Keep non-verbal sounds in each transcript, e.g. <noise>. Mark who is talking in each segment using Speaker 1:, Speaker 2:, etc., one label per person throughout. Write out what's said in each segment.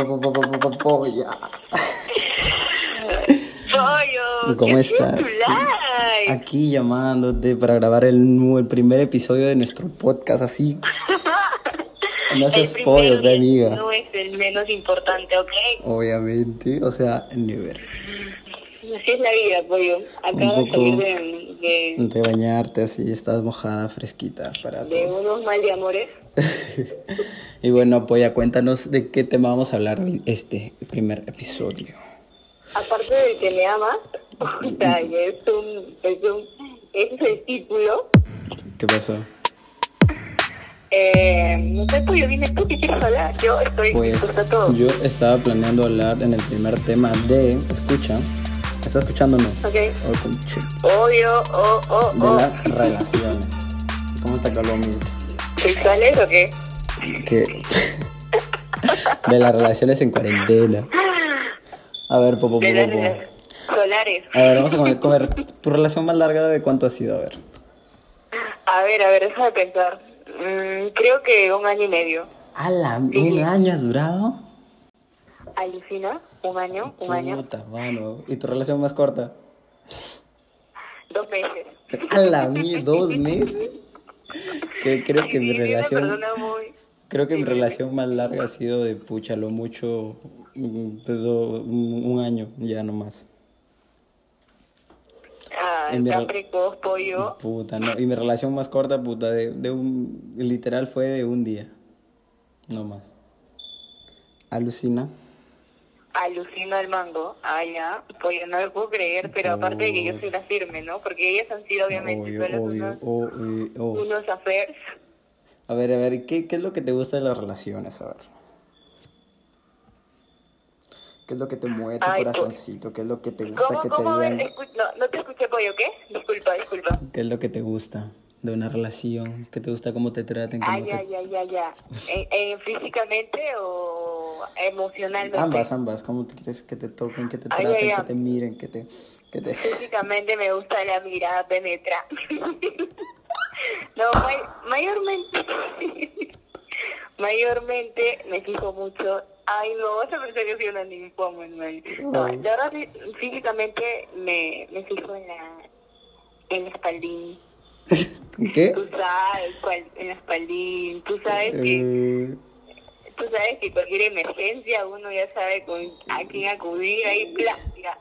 Speaker 1: Polla.
Speaker 2: Pollo,
Speaker 1: ¿Cómo
Speaker 2: qué
Speaker 1: estás? Ah,
Speaker 2: singular.
Speaker 1: Aquí llamándote para grabar el, nu- el primer episodio de nuestro
Speaker 2: <laughs>
Speaker 1: podcast así. No
Speaker 2: El
Speaker 1: seas
Speaker 2: primero
Speaker 1: pollo, pe, amiga.
Speaker 2: No es el menos importante, ¿ok?
Speaker 1: Obviamente, o sea, never.
Speaker 2: Así es la vida, pollo. Acabo
Speaker 1: Un
Speaker 2: de
Speaker 1: poco.
Speaker 2: salir de,
Speaker 1: De bañarte así, estás mojada, fresquita para
Speaker 2: de, de
Speaker 1: todos.
Speaker 2: unos mal de amores.
Speaker 1: y bueno, Polla, cuéntanos de qué tema vamos a hablar hoy, este primer episodio.
Speaker 2: Aparte de que me amas, <laughs> o sea, y es un, es un, ese es el título.
Speaker 1: ¿Qué pasó?
Speaker 2: Eh, no sé, pollo, dime tú qué quieres hablar. Yo estoy
Speaker 1: Pues
Speaker 2: dispuesta a todo.
Speaker 1: yo estaba planeando hablar en el primer tema de. Escucha, ¿estás escuchando o no?
Speaker 2: ¿Ok?
Speaker 1: Oh, con che-
Speaker 2: Pollo, oh, oh,
Speaker 1: De
Speaker 2: oh.
Speaker 1: las relaciones. ¿Cómo te acabó mi-
Speaker 2: ¿Sexuales o qué?
Speaker 1: que De las relaciones en cuarentena. A ver, popo,
Speaker 2: De
Speaker 1: popo,
Speaker 2: las
Speaker 1: popo.
Speaker 2: relaciones solares.
Speaker 1: A ver, vamos a comer, comer. ¿Tu relación más larga de cuánto ha sido? A ver.
Speaker 2: A ver, a ver, déjame pensar. Mm, creo que un año y medio.
Speaker 1: ¿A la, ¿Un año has durado?
Speaker 2: ¿Alucina? ¿Un año? ¿Un año?
Speaker 1: Puta, mano. ¿Y tu relación más corta?
Speaker 2: Dos meses.
Speaker 1: ¿A la mía? ¿Dos meses? Que creo que mi
Speaker 2: Sí, soy una
Speaker 1: relación.
Speaker 2: persona muy-
Speaker 1: Creo que mi relación más larga ha sido de pucha, lo mucho. mm, pues, do- Un un año, ya nomás.
Speaker 2: Ah,
Speaker 1: En mi
Speaker 2: tan
Speaker 1: re-
Speaker 2: precoz, pollo.
Speaker 1: Puta, no. Y mi relación más corta, puta, de, de un. Literal fue de un día. No más. Alucina.
Speaker 2: Alucina al mango. Ah, ya. Pollo, no lo puedo creer, pero aparte de que yo soy la firme, ¿no? Porque ellas han sido, obviamente,
Speaker 1: obvio,
Speaker 2: solo
Speaker 1: obvio,
Speaker 2: unos,
Speaker 1: obvio, obvio.
Speaker 2: unos affairs.
Speaker 1: A ver, a ver, ¿qué, qué es lo que te gusta de las relaciones? A ver. ¿Qué es lo que te mueve tu
Speaker 2: Ay, pues.
Speaker 1: corazoncito? ¿Qué es lo que te gusta
Speaker 2: ¿Cómo,
Speaker 1: que te
Speaker 2: cómo?
Speaker 1: digan?
Speaker 2: Escu- No, no te escuché, pollo, ¿qué? Disculpa, disculpa.
Speaker 1: ¿Qué es lo que te gusta de una relación? ¿Qué te gusta cómo te traten? Cómo
Speaker 2: Ay,
Speaker 1: te-
Speaker 2: ay, ay, ay, ay. ¿En, en Eh, físicamente o emocionalmente?
Speaker 1: Ambas, ambas. ¿Cómo te quieres que te toquen, que te
Speaker 2: Ay,
Speaker 1: traten,
Speaker 2: ay,
Speaker 1: que
Speaker 2: ay.
Speaker 1: te miren, que te... Que te...
Speaker 2: Físicamente me gusta la mirada penetra. <laughs> no, may- mayormente. <laughs> mayormente me fijo mucho. Ay, no, vas a pensar que soy una ninfómana. No,
Speaker 1: Ay.
Speaker 2: la verdad, fí- físicamente me, me fijo en la. En la espaldín.
Speaker 1: ¿Qué?
Speaker 2: Tú sabes, cuál, en la espaldín. Tú sabes que.
Speaker 1: Eh,
Speaker 2: Tú sabes que cualquier emergencia uno ya sabe con a quién acudir, ahí bla, ya.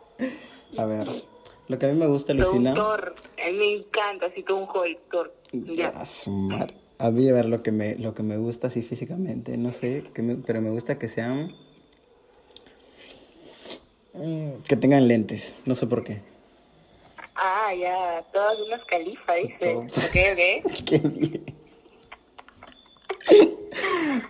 Speaker 1: a ver, lo que a mí me gusta, Lucina...
Speaker 2: Doctor, a mí me encanta, así como un doctor. Ya.
Speaker 1: A su mar- A mí, a ver, lo que me, lo que me gusta así físicamente, no sé, que me- pero me gusta que sean... mm, Que tengan lentes, no sé por qué. <laughs>
Speaker 2: Ah, ya, todas unas califas, dice.
Speaker 1: Todo.
Speaker 2: Ok, ok.
Speaker 1: Qué bien.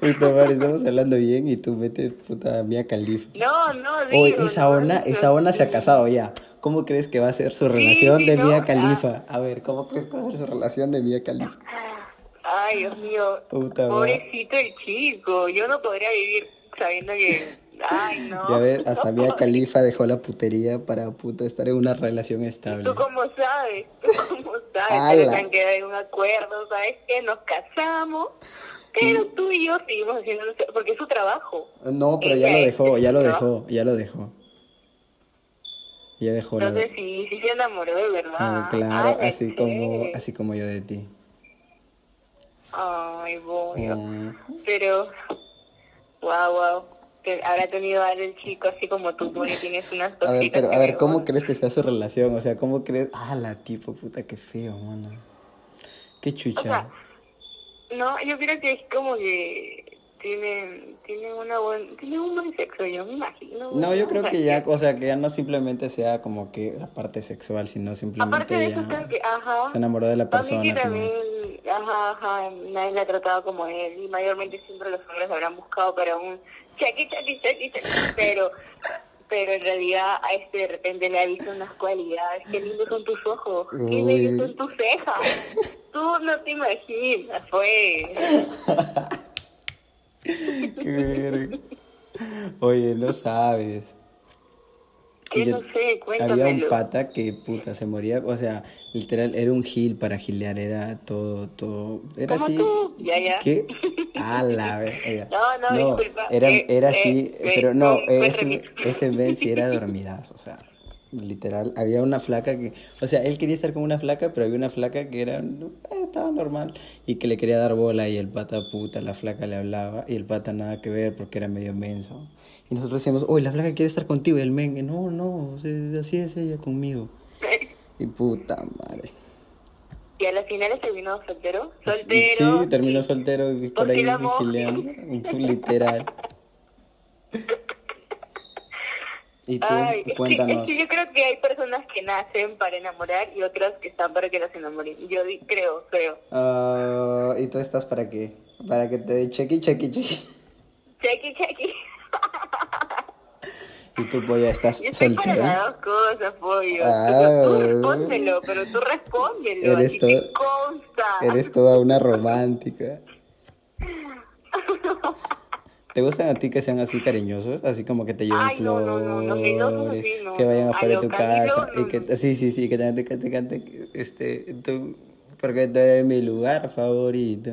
Speaker 1: Puta madre, estamos hablando bien y tú metes puta mía califa.
Speaker 2: No, no, digo,
Speaker 1: Oye, esa
Speaker 2: no,
Speaker 1: ona,
Speaker 2: digo,
Speaker 1: esa ona se ha casado ya. ¿Cómo crees que va a ser su relación
Speaker 2: sí,
Speaker 1: de
Speaker 2: ¿no?
Speaker 1: Mía Califa? A ver, ¿cómo crees que va a ser su relación de Mía Califa?
Speaker 2: Ay, Dios mío.
Speaker 1: Puta madre.
Speaker 2: Pobrecito el chico. Yo no podría vivir sabiendo que. Ay, no.
Speaker 1: Ya ves, hasta Mía Califa dejó la putería para puta estar en una relación estable.
Speaker 2: ¿Tú cómo sabes?
Speaker 1: <laughs>
Speaker 2: ¿Tú cómo sabes?
Speaker 1: Ala.
Speaker 2: Pero se han quedado en un acuerdo, ¿sabes qué? Nos casamos, pero tú y yo seguimos haciendo... nuestro- Porque es su trabajo.
Speaker 1: No, pero ya lo dejó, ya lo dejó, ya lo dejó. Ya dejó la
Speaker 2: Entonces sí, sí se enamoró de verdad.
Speaker 1: Ah, claro,
Speaker 2: Ala,
Speaker 1: así
Speaker 2: che.
Speaker 1: como, así como yo de ti.
Speaker 2: Ay, bueno.
Speaker 1: Mm.
Speaker 2: Pero, wow, wow. Que habrá tenido algo el chico así como tú,
Speaker 1: <laughs>
Speaker 2: porque tienes unas cositas.
Speaker 1: A ver, pero, a
Speaker 2: que
Speaker 1: ver,
Speaker 2: me
Speaker 1: ¿cómo
Speaker 2: gustan.
Speaker 1: crees que sea su relación? O sea, ¿cómo crees? Ah, la tipo, puta, qué feo, mano. Qué chucha.
Speaker 2: O sea, No, yo creo que es como que tienen, tienen, una buen, tienen un buen sexo, yo me imagino.
Speaker 1: no, yo creo
Speaker 2: O sea,
Speaker 1: que ya, o sea, que ya no simplemente sea como que la parte sexual, sino simplemente
Speaker 2: Aparte de eso,
Speaker 1: ya
Speaker 2: creo que, ajá.
Speaker 1: se enamoró de la
Speaker 2: A mí
Speaker 1: persona. pues.
Speaker 2: que
Speaker 1: como es.
Speaker 2: también, ajá, ajá, nadie la ha tratado como él. Y mayormente siempre los hombres habrán buscado para un chaqui, chaqui, chaqui, chaqui. Pero, pero en realidad a este de repente le ha visto unas cualidades. Qué lindos son tus ojos, qué
Speaker 1: Uy.
Speaker 2: lindos son tus cejas. Tú no te imaginas, pues. fue.
Speaker 1: Qué verga. Oye, no sabes.
Speaker 2: ¿Qué
Speaker 1: que
Speaker 2: Yo no sé,
Speaker 1: había un
Speaker 2: cuéntamelo.
Speaker 1: pata que puta se moría, o sea, literal era un gil para gilear, era todo, todo, era
Speaker 2: Como
Speaker 1: así.
Speaker 2: tú, ya, ya.
Speaker 1: ¿Qué? A la verga.
Speaker 2: No, no, disculpa.
Speaker 1: Era,
Speaker 2: Eh,
Speaker 1: era
Speaker 2: eh,
Speaker 1: así,
Speaker 2: eh,
Speaker 1: pero no,
Speaker 2: no, fue
Speaker 1: ese,
Speaker 2: remix.
Speaker 1: ese Ben sí era dormidas, o sea, literal, había una flaca que, o sea, él quería estar con una flaca, pero había una flaca que era, no, eh, estaba normal y que le quería dar bola y el pata puta, la flaca le hablaba y el pata nada que ver porque era medio menso. Y nosotros decíamos, uy, la flaca quiere estar contigo y el men, no, no, se- así es ella conmigo. Y puta madre.
Speaker 2: <laughs> Y a las finales terminó soltero. Soltero.
Speaker 1: Pues, Sí, terminó soltero y por
Speaker 2: Porque
Speaker 1: ahí
Speaker 2: la mo-
Speaker 1: vigilando, literal. Y tú,
Speaker 2: Ay, es que- es
Speaker 1: cuéntanos.
Speaker 2: que yo creo que hay personas que nacen para enamorar y otras que están para que las enamoren. Yo di- creo, creo.
Speaker 1: Ah, ¿Y tú estás para qué? Para que te cheque, cheque, cheque.
Speaker 2: Chequi, chequi.
Speaker 1: Y tú, polla, estás
Speaker 2: Yo estoy para
Speaker 1: soltera.
Speaker 2: las dos cosas, pollo.
Speaker 1: Ah.
Speaker 2: Tú, tú respóndelo, pero tú respóndelo.
Speaker 1: Eres
Speaker 2: así
Speaker 1: todo-
Speaker 2: que consta.
Speaker 1: Eres toda una romántica. ¿Te gustan a ti que sean así cariñosos? Así como que te lleven
Speaker 2: Ay, no,
Speaker 1: flores,
Speaker 2: no, no, no, que no, no, sí, no,
Speaker 1: que vayan
Speaker 2: no, a
Speaker 1: afuera
Speaker 2: lo
Speaker 1: de tu
Speaker 2: Camilo,
Speaker 1: casa
Speaker 2: no,
Speaker 1: y que
Speaker 2: no.
Speaker 1: sí, sí, sí, que te cante, te cante, este, tú, porque tú eres mi lugar favorito.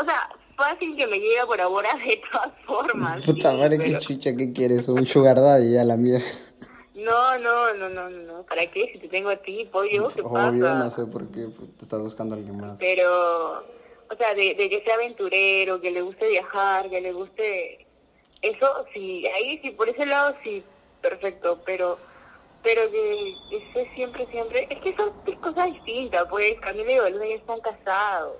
Speaker 2: O sea, fácil que me llega por ahora de todas formas.
Speaker 1: Puta
Speaker 2: Ah, sí,
Speaker 1: madre, qué
Speaker 2: pero-
Speaker 1: chucha, ¿qué quieres? Un sugar daddy ya la mierda.
Speaker 2: No, no, no, no, no, no. ¿Para qué? Si te tengo a ti, pollo, ¿qué
Speaker 1: <laughs> Obvio,
Speaker 2: pasa?
Speaker 1: no sé por qué puta, estás buscando a alguien más.
Speaker 2: Pero, o sea, de, de que sea aventurero, que le guste viajar, que le guste... Eso sí, ahí sí, por ese lado sí, perfecto, pero pero que, que sea siempre, siempre... Es que son tres cosas distintas, pues Camila y Baluna ya están casados.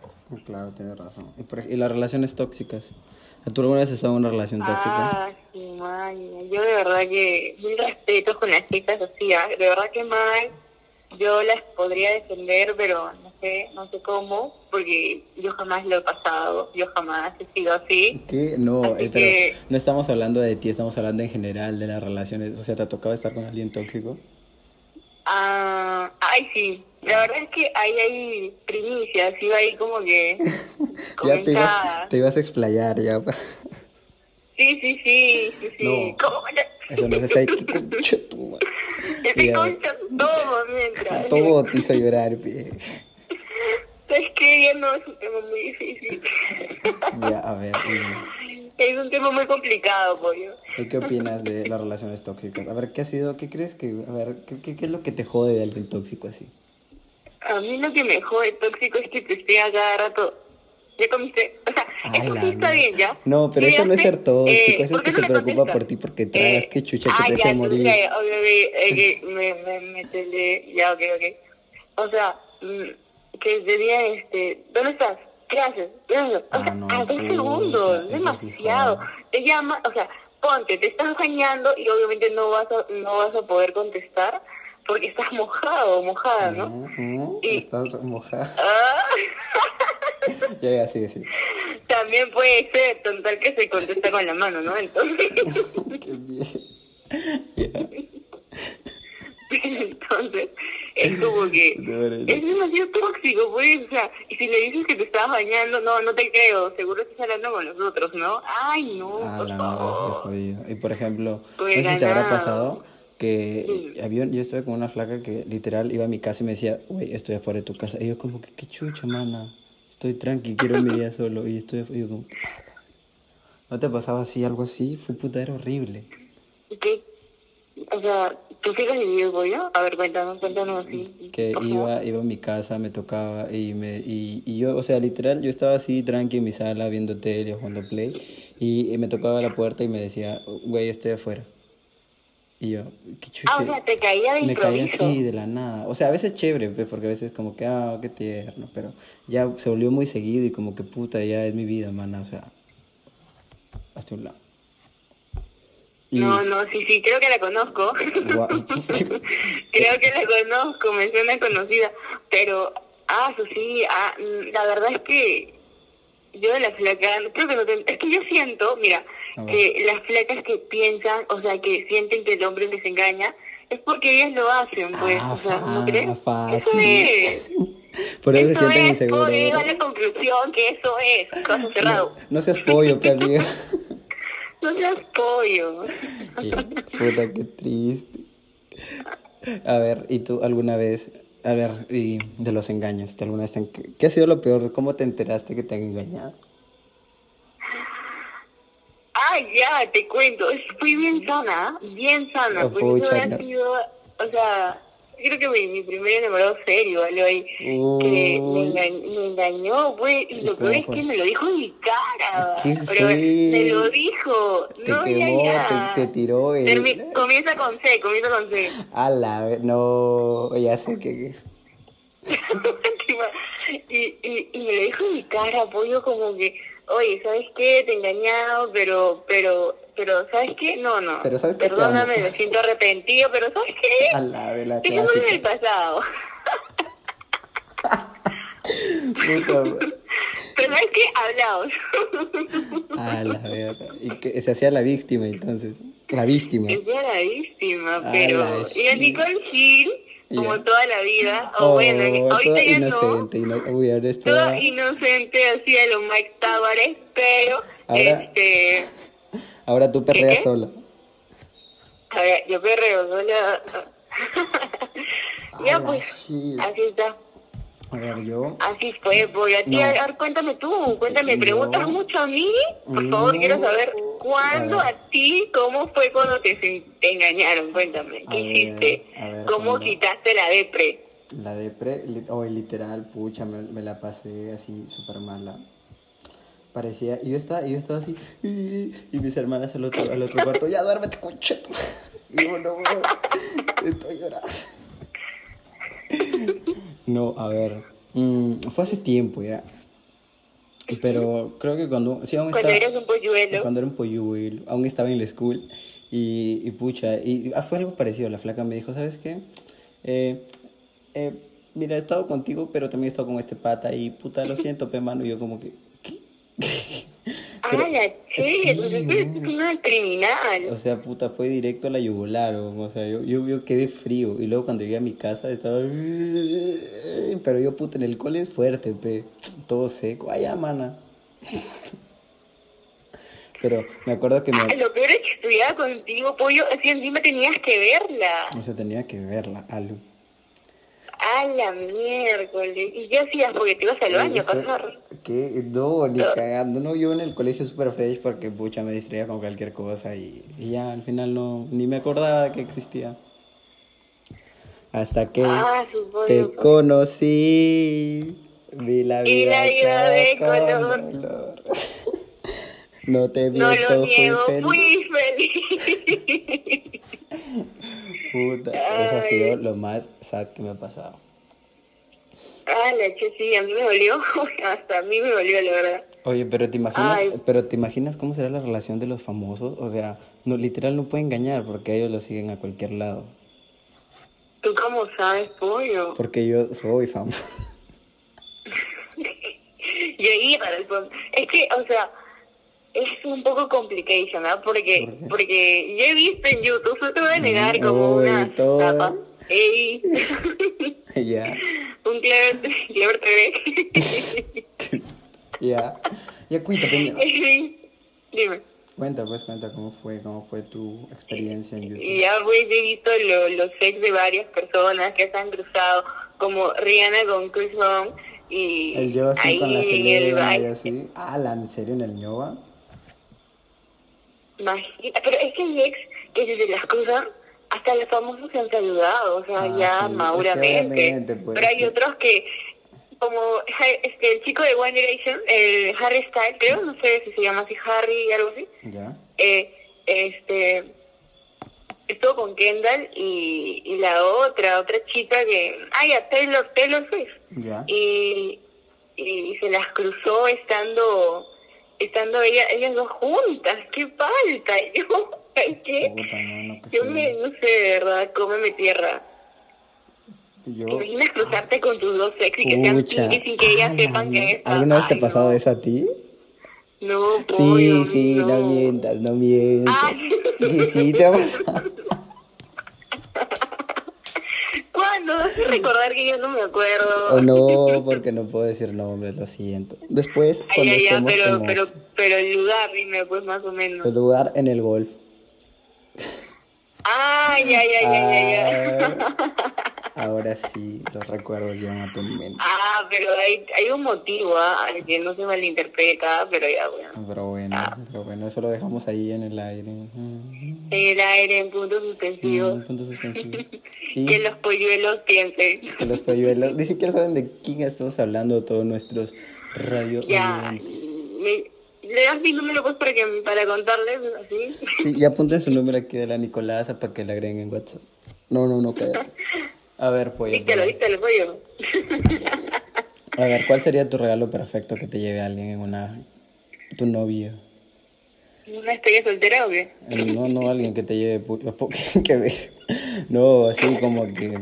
Speaker 1: Claro, tienes razón. Y, por ej- y las relaciones tóxicas. ¿Tú alguna vez has estado en una relación tóxica?
Speaker 2: Ah, sí, maña. Yo de verdad que mil respetos con las chicas así, ah, de verdad que mal. Yo las podría defender, pero no sé, no sé cómo, porque yo jamás lo he pasado, yo jamás he sido así.
Speaker 1: ¿Qué? No,
Speaker 2: Así
Speaker 1: eh, pero
Speaker 2: que-
Speaker 1: no estamos hablando de ti, estamos hablando en general de las relaciones. O sea, ¿te ha tocado estar con alguien tóxico?
Speaker 2: Ah, ay, sí. La verdad es que ahí hay primicias, iba ahí como que
Speaker 1: <laughs> Ya te
Speaker 2: comentadas.
Speaker 1: ibas, te ibas a explayar, ya.
Speaker 2: Sí, sí, sí, sí, sí.
Speaker 1: No.
Speaker 2: ¿Cómo?
Speaker 1: Eso no es así. ¿Qué concha tu madre?
Speaker 2: Yo te
Speaker 1: Ya.
Speaker 2: concho todo mientras.
Speaker 1: <laughs> Todo te hizo llorar, eh. pie.
Speaker 2: Es que ya no es un tema muy difícil. <laughs>
Speaker 1: Ya, a ver. y-
Speaker 2: Es un tema muy complicado, pollo.
Speaker 1: ¿Y qué opinas de las relaciones tóxicas? A ver, ¿qué ha sido? ¿Qué crees que.? A ver, ¿qué, qué, qué es lo que te jode de alguien tóxico así?
Speaker 2: A mí lo que me jode tóxico es que te esté a cada rato. Ya comiste. O sea,
Speaker 1: A
Speaker 2: eso
Speaker 1: la
Speaker 2: sí está
Speaker 1: mierda.
Speaker 2: bien, ¿ya?
Speaker 1: No, pero eso no es
Speaker 2: Llegaste,
Speaker 1: ser tóxico,
Speaker 2: eh,
Speaker 1: eso es
Speaker 2: ¿por
Speaker 1: que
Speaker 2: qué
Speaker 1: se
Speaker 2: no me
Speaker 1: preocupa
Speaker 2: contestas?
Speaker 1: por ti porque tragas, qué chucha que
Speaker 2: ah,
Speaker 1: te deje
Speaker 2: ya,
Speaker 1: morir.
Speaker 2: tú, ya, obvio, obvio, eh, que me, me, me tele- Ya, ok, ok. O sea, mm, que sería este. ¿Dónde estás? ¿Qué haces? ¿Dónde estás? O
Speaker 1: Ah,
Speaker 2: sea,
Speaker 1: no,
Speaker 2: a dos
Speaker 1: puta,
Speaker 2: segundos,
Speaker 1: eso sí
Speaker 2: demasiado.
Speaker 1: jode.
Speaker 2: te llama, o sea, ponte, te estás bañando y obviamente no vas a, no vas a poder contestar porque estás mojado o mojada, ¿no?
Speaker 1: Ujú,
Speaker 2: Y- <laughs>
Speaker 1: Estás mojada.
Speaker 2: Ah,
Speaker 1: <laughs> Ya, ya, sí,
Speaker 2: <laughs>
Speaker 1: sí.
Speaker 2: también puede ser total que se contesta con la mano, ¿no? Entonces, <laughs>
Speaker 1: Qué bien. Ya.
Speaker 2: entonces es como que
Speaker 1: <laughs> De
Speaker 2: es demasiado tóxico, pues, o sea, y si le dices que te estabas bañando, no, no te creo, seguro estás hablando con los otros, ¿no? Ay, no,
Speaker 1: Ah,
Speaker 2: por
Speaker 1: la madre, sí,
Speaker 2: favor.
Speaker 1: jodido. Y por ejemplo, no
Speaker 2: Pues
Speaker 1: sé si te habrá
Speaker 2: ganado.
Speaker 1: pasado que había, un- yo estuve con una flaca que literal iba a mi casa y me decía, güey, estoy afuera de tu casa. Y yo como que, qué chucha, mana. Estoy tranqui, quiero mi día solo. Y estoy afu- y yo como, ¿no te pasaba así, algo así? Fue puta, era horrible.
Speaker 2: ¿Qué? O sea, ¿tú sí has vivido pollo? A ver, cuéntanos, cuéntanos. sí,
Speaker 1: que
Speaker 2: por favor.
Speaker 1: iba, iba a mi casa, me tocaba y, me, y, y yo, o sea, literal, yo estaba así tranqui en mi sala viendo tele, jugando play y, y me tocaba la puerta y me decía, güey, estoy afuera. Y yo, qué chucha.
Speaker 2: Ah, o sea, te caía de
Speaker 1: me caía
Speaker 2: improviso.
Speaker 1: así de la nada. O sea, a veces chévere, pues, porque a veces como que, ah, qué tierno, pero ya se volvió muy seguido y como que puta, ya es mi vida, mana, o sea, hasta un lado. Y-
Speaker 2: No, no, sí, sí, creo que la conozco. <laughs>
Speaker 1: <laughs> Guau.
Speaker 2: creo que la conozco, me suena conocida. Pero, ah, eso sí, ah, mm, la verdad es que yo de las flacas, creo que no te- Es que yo siento, mira,
Speaker 1: A ver.
Speaker 2: que las flacas que piensan, o sea, que sienten que el hombre les engaña, es porque ellas lo hacen, pues,
Speaker 1: Ah,
Speaker 2: o sea, ¿no
Speaker 1: fa-
Speaker 2: crees? Eso
Speaker 1: fácil.
Speaker 2: es.
Speaker 1: <laughs> Por eso, se sienten
Speaker 2: es,
Speaker 1: inseguros.
Speaker 2: por ahí va la conclusión que eso es, caso cerrado.
Speaker 1: <laughs> No seas
Speaker 2: <laughs>
Speaker 1: pollo, pues, que <laughs> amiga.
Speaker 2: No seas pollo.
Speaker 1: Y, Puta, qué Eh, triste. A ver, ¿y tú alguna vez, a ver, y de los engaños, ¿te alguna vez te han- ¿qué ha sido lo peor? ¿Cómo te enteraste que te han engañado?
Speaker 2: Ah, ya, te cuento. Fui bien sana, bien sana.
Speaker 1: Oh,
Speaker 2: pues
Speaker 1: pucha,
Speaker 2: eso ha
Speaker 1: no.
Speaker 2: sido, o sea, creo que mi, mi primer enamorado serio, ¿vale? Ahí, que me,
Speaker 1: Uy.
Speaker 2: enga- me engañó, güey. Y
Speaker 1: ¿Y
Speaker 2: lo
Speaker 1: cómo
Speaker 2: peor es
Speaker 1: fue?
Speaker 2: que me lo dijo en mi cara.
Speaker 1: ¿Qué
Speaker 2: Pero
Speaker 1: fue?
Speaker 2: me lo dijo.
Speaker 1: Te
Speaker 2: no, ya,
Speaker 1: quemó,
Speaker 2: ya.
Speaker 1: te- te tiró el-
Speaker 2: Termi- comienza con C, comienza con C.
Speaker 1: A la vez, no, ya sé que...
Speaker 2: y, y, y me lo dijo en mi cara, apoyo como que, oye, ¿sabes qué? Te he engañado, pero, pero, pero, ¿sabes qué? No, no.
Speaker 1: Pero ¿sabes qué? Te
Speaker 2: Perdóname,
Speaker 1: amo.
Speaker 2: me siento arrepentido, pero ¿sabes qué?
Speaker 1: <laughs> A la vez, la
Speaker 2: Dejémoslo en el
Speaker 1: clásica.
Speaker 2: pasado. <laughs>
Speaker 1: Puta madre.
Speaker 2: Pero ¿sabes qué? Hablamos.
Speaker 1: A la verga. Y que se hacía la víctima entonces.
Speaker 2: <laughs>
Speaker 1: La víctima.
Speaker 2: Ella era víctima,
Speaker 1: Ah,
Speaker 2: pero...
Speaker 1: la
Speaker 2: Y así
Speaker 1: shit.
Speaker 2: con Gil, como
Speaker 1: Ya. Oh,
Speaker 2: toda la vida, o Oh, bueno,
Speaker 1: toda
Speaker 2: ahorita ya no,
Speaker 1: inocente, ino- Uy, ahora es
Speaker 2: todo
Speaker 1: toda-
Speaker 2: inocente, así a lo Mike Tavares, pero,
Speaker 1: Ahora-
Speaker 2: este...
Speaker 1: Ahora tú perreas
Speaker 2: ¿Qué?
Speaker 1: sola.
Speaker 2: A ver, yo perreo
Speaker 1: <laughs>
Speaker 2: sola.
Speaker 1: A
Speaker 2: ya
Speaker 1: la
Speaker 2: pues,
Speaker 1: shit.
Speaker 2: así está.
Speaker 1: A ver, yo.
Speaker 2: Así fue, voy a ti.
Speaker 1: No.
Speaker 2: A ver, cuéntame tú, cuéntame,
Speaker 1: No.
Speaker 2: ¿preguntas mucho a mí? Por favor,
Speaker 1: No.
Speaker 2: quiero saber cuándo a,
Speaker 1: A ver.
Speaker 2: ti, cómo fue cuando te, sen- te engañaron, cuéntame,
Speaker 1: A
Speaker 2: ¿qué
Speaker 1: ver,
Speaker 2: hiciste?
Speaker 1: a ver,
Speaker 2: ¿Cómo
Speaker 1: cuándo.
Speaker 2: quitaste la depre?
Speaker 1: La depre, li- oh, literal, pucha, me, me la pasé así súper mala. Parecía, y yo estaba, y yo estaba así, y, y mis hermanas al otro, al otro cuarto, ya duérmete, concha. tu madre". <laughs> Y yo, no, huevón, estoy llorando. No, a ver, mm, fue hace tiempo ya. Pero creo que cuando, sí, aún
Speaker 2: Cuando
Speaker 1: estaba-
Speaker 2: eras un polluelo.
Speaker 1: cuando era un polluelo, aún estaba en la school y, y pucha, y ah, fue algo parecido, la flaca me dijo, ¿sabes qué? Eh, eh, mira, he estado contigo, pero también he estado con este pata y puta, lo siento, pe mano, y yo como que, ¿qué?
Speaker 2: ah, la che,
Speaker 1: Sí,
Speaker 2: pues tú eres
Speaker 1: no.
Speaker 2: una
Speaker 1: O
Speaker 2: criminal.
Speaker 1: sea, puta, fue directo a la yugular, weón. o sea, yo, yo, yo quedé frío y luego cuando llegué a mi casa estaba... Pero yo, puta, en el cole es fuerte, pe. Todo seco, ay, ya, mana. <laughs> Pero me acuerdo que me...
Speaker 2: Ah, Lo peor es que estudiaba contigo, pollo, así encima tenías que verla.
Speaker 1: O sea, tenía que verla, Alu.
Speaker 2: A la miércoles. ¿Y qué hacías? Porque te ibas al baño a pasar.
Speaker 1: Eh, ¿Qué? No, ni cagando. No, yo en el colegio super fresh porque pucha me distraía con cualquier cosa y, y ya al final no, ni me acordaba que existía. Hasta que
Speaker 2: Ah, supongo.
Speaker 1: te conocí, vi la
Speaker 2: Y la
Speaker 1: vida,
Speaker 2: vida de
Speaker 1: cada
Speaker 2: color.
Speaker 1: color. <laughs> No te
Speaker 2: No
Speaker 1: miento,
Speaker 2: lo
Speaker 1: fui
Speaker 2: niego,
Speaker 1: feliz.
Speaker 2: fui feliz. <laughs>
Speaker 1: Puta, eso ha
Speaker 2: Ay.
Speaker 1: sido lo más sad que me ha pasado.
Speaker 2: Ah, la che, sí, a mí me dolió. <laughs> Hasta a mí me dolió, la verdad.
Speaker 1: Oye, pero te imaginas,
Speaker 2: Ay.
Speaker 1: pero te imaginas cómo será la relación de los famosos, o sea, no literal no puede engañar porque ellos lo siguen a cualquier lado,
Speaker 2: ¿Tú cómo sabes, pollo?
Speaker 1: porque yo soy famoso. <laughs>
Speaker 2: Yo iba al fondo. Es que, o sea, es un poco complication, ¿verdad? Porque,
Speaker 1: ¿Por qué? Mm,
Speaker 2: porque yo he visto en YouTube, no te voy a negar como
Speaker 1: Uy,
Speaker 2: una
Speaker 1: todo.
Speaker 2: tapa. Ey, <laughs>
Speaker 1: ya,
Speaker 2: un clever, clever
Speaker 1: <laughs>
Speaker 2: TV.
Speaker 1: ya, ya cuenta,
Speaker 2: <laughs>
Speaker 1: coño.
Speaker 2: Dime.
Speaker 1: cuenta, pues cuenta cómo fue, cómo fue tu experiencia en YouTube.
Speaker 2: Y ya pues he visto lo- los ex de varias personas que se han cruzado, como Rihanna con Chris Brown y
Speaker 1: El yo
Speaker 2: ahí
Speaker 1: así con la
Speaker 2: en el
Speaker 1: Selena y
Speaker 2: baile.
Speaker 1: así. Ah, la en serio en el ñoba.
Speaker 2: Imagina- pero es que hay ex que si se las cruzan, hasta los famosos se han saludado, o sea,
Speaker 1: Ah,
Speaker 2: ya
Speaker 1: sí, es que obviamente,
Speaker 2: maduramente.
Speaker 1: pues,
Speaker 2: pero hay
Speaker 1: que-
Speaker 2: otros que, como ja- este, el chico de One Direction, el Harry Styles, creo, no sé si se llama así Harry, algo así.
Speaker 1: Ya.
Speaker 2: eh, este estuvo con Kendall y, y la otra, otra chica que, ay, a Taylor, Taylor Swift.
Speaker 1: Ya.
Speaker 2: Y, y se las cruzó estando, estando ella, ellas dos juntas, qué falta, <laughs> yo, ay, qué,
Speaker 1: Puta, no, no, qué
Speaker 2: yo me,
Speaker 1: feo.
Speaker 2: no sé, de verdad, cómeme tierra.
Speaker 1: Yo.
Speaker 2: ¿Te imaginas cruzarte con tus dos ex y que sean
Speaker 1: Pucha.
Speaker 2: pinky sin que ellas
Speaker 1: Ah, la
Speaker 2: sepan que
Speaker 1: mier-
Speaker 2: es
Speaker 1: ¿Alguna vez te ha
Speaker 2: ay,
Speaker 1: pasado
Speaker 2: no.
Speaker 1: eso a ti?
Speaker 2: No,
Speaker 1: Sí,
Speaker 2: pollo,
Speaker 1: sí, no,
Speaker 2: no
Speaker 1: mientas, no mientas.
Speaker 2: Ah. <laughs>
Speaker 1: Sí, sí, te ha pasado.
Speaker 2: ¿Cuándo? Vas a recordar que yo no me acuerdo.
Speaker 1: O no, porque no puedo decir nombres, lo siento. Después,
Speaker 2: Ay,
Speaker 1: cuando
Speaker 2: ay, ay,
Speaker 1: estemos
Speaker 2: pero,
Speaker 1: en
Speaker 2: pero, pero el lugar, dime, pues más o menos.
Speaker 1: el lugar en el golf.
Speaker 2: Ay, ay, ay, ay, ay,
Speaker 1: Ah.
Speaker 2: ay.
Speaker 1: Ay, ahora sí, los recuerdos llegan a tu mente.
Speaker 2: <laughs> Ah, pero hay, hay un motivo, ¿ah? Al que no se malinterpreta, pero ya, bueno.
Speaker 1: Pero bueno, pero bueno, eso lo dejamos ahí en el aire. Mm,
Speaker 2: El aire en puntos suspensivos.
Speaker 1: Puntos suspensivos.
Speaker 2: <laughs>
Speaker 1: Y
Speaker 2: Que los polluelos piensen.
Speaker 1: que los polluelos. Ni siquiera saben de quién estamos hablando todos nuestros radio
Speaker 2: Ya.
Speaker 1: oyentes.
Speaker 2: me- ¿Le das mi número pues para, que, para contarles así?
Speaker 1: Sí, y apunten su número aquí de la Nicolasa para que la agreguen en WhatsApp. No, no, no, cállate. A ver, pollo.
Speaker 2: Díctelo,
Speaker 1: pollo.
Speaker 2: díctelo, pollo.
Speaker 1: A ver, ¿cuál sería tu regalo perfecto que te lleve alguien en una. tu novio?
Speaker 2: ¿Una estrella soltera o qué?
Speaker 1: Eh, No, no, alguien que te lleve. pu- <laughs> po- que ver. No, así como que.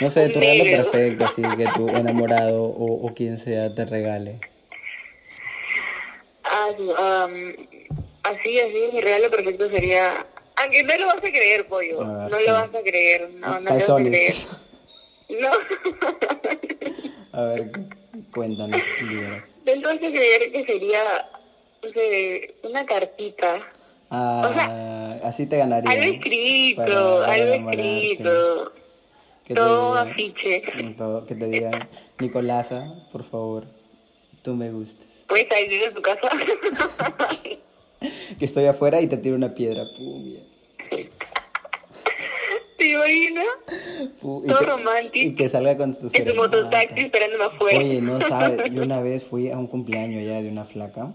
Speaker 1: No sé, tu regalo
Speaker 2: Negro.
Speaker 1: perfecto, así que tu enamorado o, o quien sea te regale.
Speaker 2: Ah, sí, am, así, así, mi regalo perfecto sería... Aunque no lo vas a creer, pollo.
Speaker 1: A ver,
Speaker 2: No
Speaker 1: ¿qué?
Speaker 2: lo vas a creer. No, no lo vas a creer.
Speaker 1: Ah, Calzones.
Speaker 2: No.
Speaker 1: <laughs>
Speaker 2: <laughs>
Speaker 1: A ver, cu- cuéntanos, libera.
Speaker 2: Dentro de creer que sería no sé, una cartita.
Speaker 1: Ah, así te ganaría.
Speaker 2: Algo
Speaker 1: ¿no?
Speaker 2: escrito,
Speaker 1: Para- para
Speaker 2: algo
Speaker 1: enamorarte.
Speaker 2: escrito.
Speaker 1: Que te
Speaker 2: Todo
Speaker 1: digan-
Speaker 2: afiche.
Speaker 1: todo- que te digan, Nicolasa, por favor, tú me gustas.
Speaker 2: Puedes salir de tu casa. <laughs>
Speaker 1: Que estoy afuera y te tiro una piedra. Pum, ya.
Speaker 2: ¿Te imaginas?
Speaker 1: Pu- y
Speaker 2: Todo
Speaker 1: que-
Speaker 2: romántico.
Speaker 1: Y que salga con
Speaker 2: En
Speaker 1: tu
Speaker 2: tu
Speaker 1: serenata.
Speaker 2: mototaxi esperándome afuera.
Speaker 1: Oye, no sabes, yo una vez fui a un cumpleaños ya de una flaca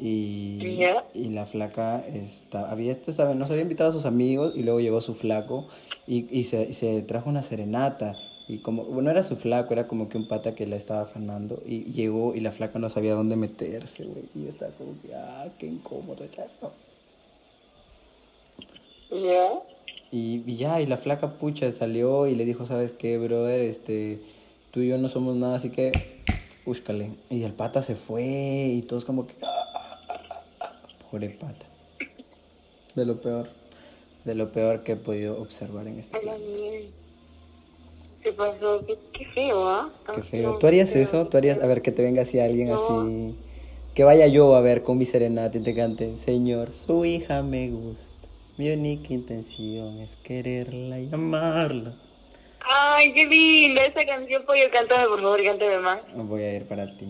Speaker 1: y,
Speaker 2: Ya.
Speaker 1: y la flaca estaba, había, este, estaba- nos había invitado a sus amigos y luego llegó su flaco y, y se, y se trajo una serenata. Y como, bueno, era su flaco, era como que un pata que la estaba afanando y llegó y la flaca no sabía dónde meterse, güey. Y yo estaba como que, ah, qué incómodo es eso.
Speaker 2: Ya.
Speaker 1: Y, y ya, y la flaca pucha salió y le dijo, ¿sabes qué, brother? Este, tú y yo no somos nada, así que, búscale. Y el pata se fue y todos como que... <laughs> "Ah, ah, ah, ah, ah". Pobre pata. De lo peor. De lo peor que he podido observar en este
Speaker 2: A la
Speaker 1: plan.
Speaker 2: mierda. Se pasó. Qué, qué feo, ¿ah?
Speaker 1: Qué
Speaker 2: Ah,
Speaker 1: feo.
Speaker 2: no,
Speaker 1: ¿Tú harías
Speaker 2: qué feo.
Speaker 1: eso? ¿Tú harías, a ver, que te venga así alguien
Speaker 2: No.
Speaker 1: así? Que vaya yo a ver con mi serenata y te cante, Señor, su hija me gusta. Mi única intención es quererla y amarla.
Speaker 2: Ay, qué linda esa canción, pollo. Cántame, por favor, cántame más.
Speaker 1: Voy a ir para ti.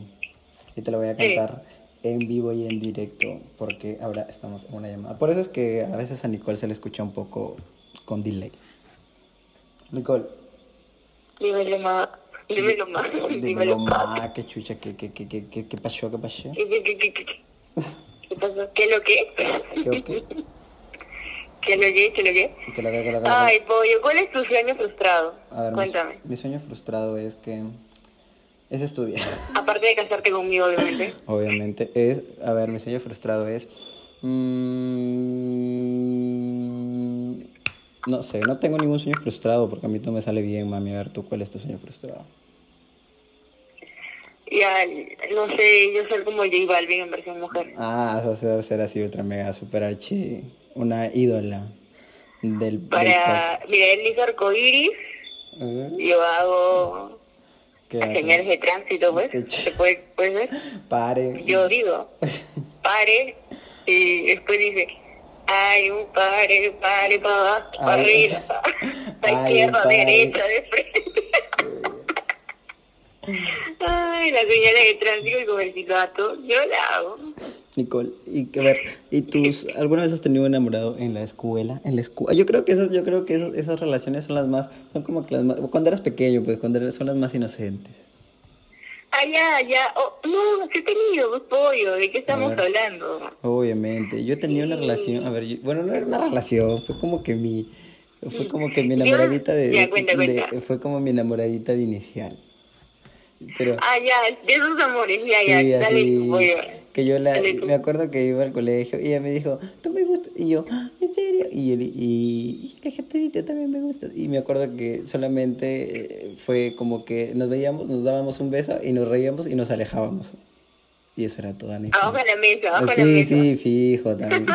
Speaker 1: Y te lo voy a cantar en vivo y en directo, porque ahora estamos en una llamada. Por eso es que a veces a Nicole se le escucha un poco con delay. Nicole,
Speaker 2: Dímelo más. Dímelo más.
Speaker 1: dímelo más, qué chucha, qué, qué, qué, qué, qué, qué pasó, qué pasó.
Speaker 2: ¿Qué, qué, qué, qué, qué? ¿Qué pasó? ¿Qué lo que?
Speaker 1: ¿Qué, o qué?
Speaker 2: ¿Qué lo que? ¿Qué lo que?
Speaker 1: ¿Qué lo que, qué lo que, lo que?
Speaker 2: Ay, pollo, ¿cuál es tu sueño frustrado?
Speaker 1: A ver, mi-
Speaker 2: Cuéntame.
Speaker 1: mi sueño frustrado es que... Es estudiar.
Speaker 2: Aparte de casarte conmigo, obviamente.
Speaker 1: Obviamente es, a ver, mi sueño frustrado es, mm, no sé, no tengo ningún sueño frustrado porque a mí todo me sale bien, mami. A ver, tú, ¿cuál es tu sueño frustrado?
Speaker 2: Ya, no sé, yo soy como J Balvin en versión mujer.
Speaker 1: Ah, eso ser, ser así ultra mega super archi, una ídola del, del
Speaker 2: Para, mira, él hizo arcoiris,
Speaker 1: pop. ¿Eh?
Speaker 2: yo hago
Speaker 1: ¿Qué vas a hacer?
Speaker 2: señales de tránsito, pues.
Speaker 1: Qué ch-
Speaker 2: ¿Se puede, puede ser?
Speaker 1: Pare.
Speaker 2: Yo digo, pare, y después dice, hay un pare, pare para abajo, para
Speaker 1: Ay. <laughs>
Speaker 2: arriba, para
Speaker 1: Ay,
Speaker 2: izquierda,
Speaker 1: pare.
Speaker 2: derecha, de frente. Ay, la señal de tránsito y con el silbato, yo la hago.
Speaker 1: Nicole, y que ver, ¿y tus alguna vez has tenido un enamorado en la escuela? En la escuela. Yo creo que esas yo creo que esas, esas relaciones son las más son como que las más cuando eras pequeño, pues cuando eras, son las más inocentes.
Speaker 2: Allá, allá, oh, no, sí he tenido, pues, pollo, ¿de qué estamos
Speaker 1: ver.
Speaker 2: hablando?
Speaker 1: Obviamente, yo tenía una relación, a ver, yo- bueno, no era una relación, fue como que mi fue como que mi
Speaker 2: Ya,
Speaker 1: enamoradita de,
Speaker 2: Mm. ya, cuenta,
Speaker 1: de-
Speaker 2: cuenta.
Speaker 1: fue como mi enamoradita de inicial. Pero
Speaker 2: Ah, ya, de esos amores, ya, ya,
Speaker 1: Sí,
Speaker 2: dale
Speaker 1: así,
Speaker 2: tu pollo.
Speaker 1: que yo la,
Speaker 2: Dale tú.
Speaker 1: me acuerdo que iba al colegio y ella me dijo, tú me gustas, y yo, "Ah, ¿en serio? Y, él- y, y le dije, "Sí, tú también me gustas. Y me acuerdo que solamente eh, fue como que nos veíamos, nos dábamos un beso y nos reíamos y nos alejábamos. Y eso era todo, Anís.
Speaker 2: Abajo de la mesa, abajo de la
Speaker 1: Sí,
Speaker 2: mesa.
Speaker 1: sí, fijo también.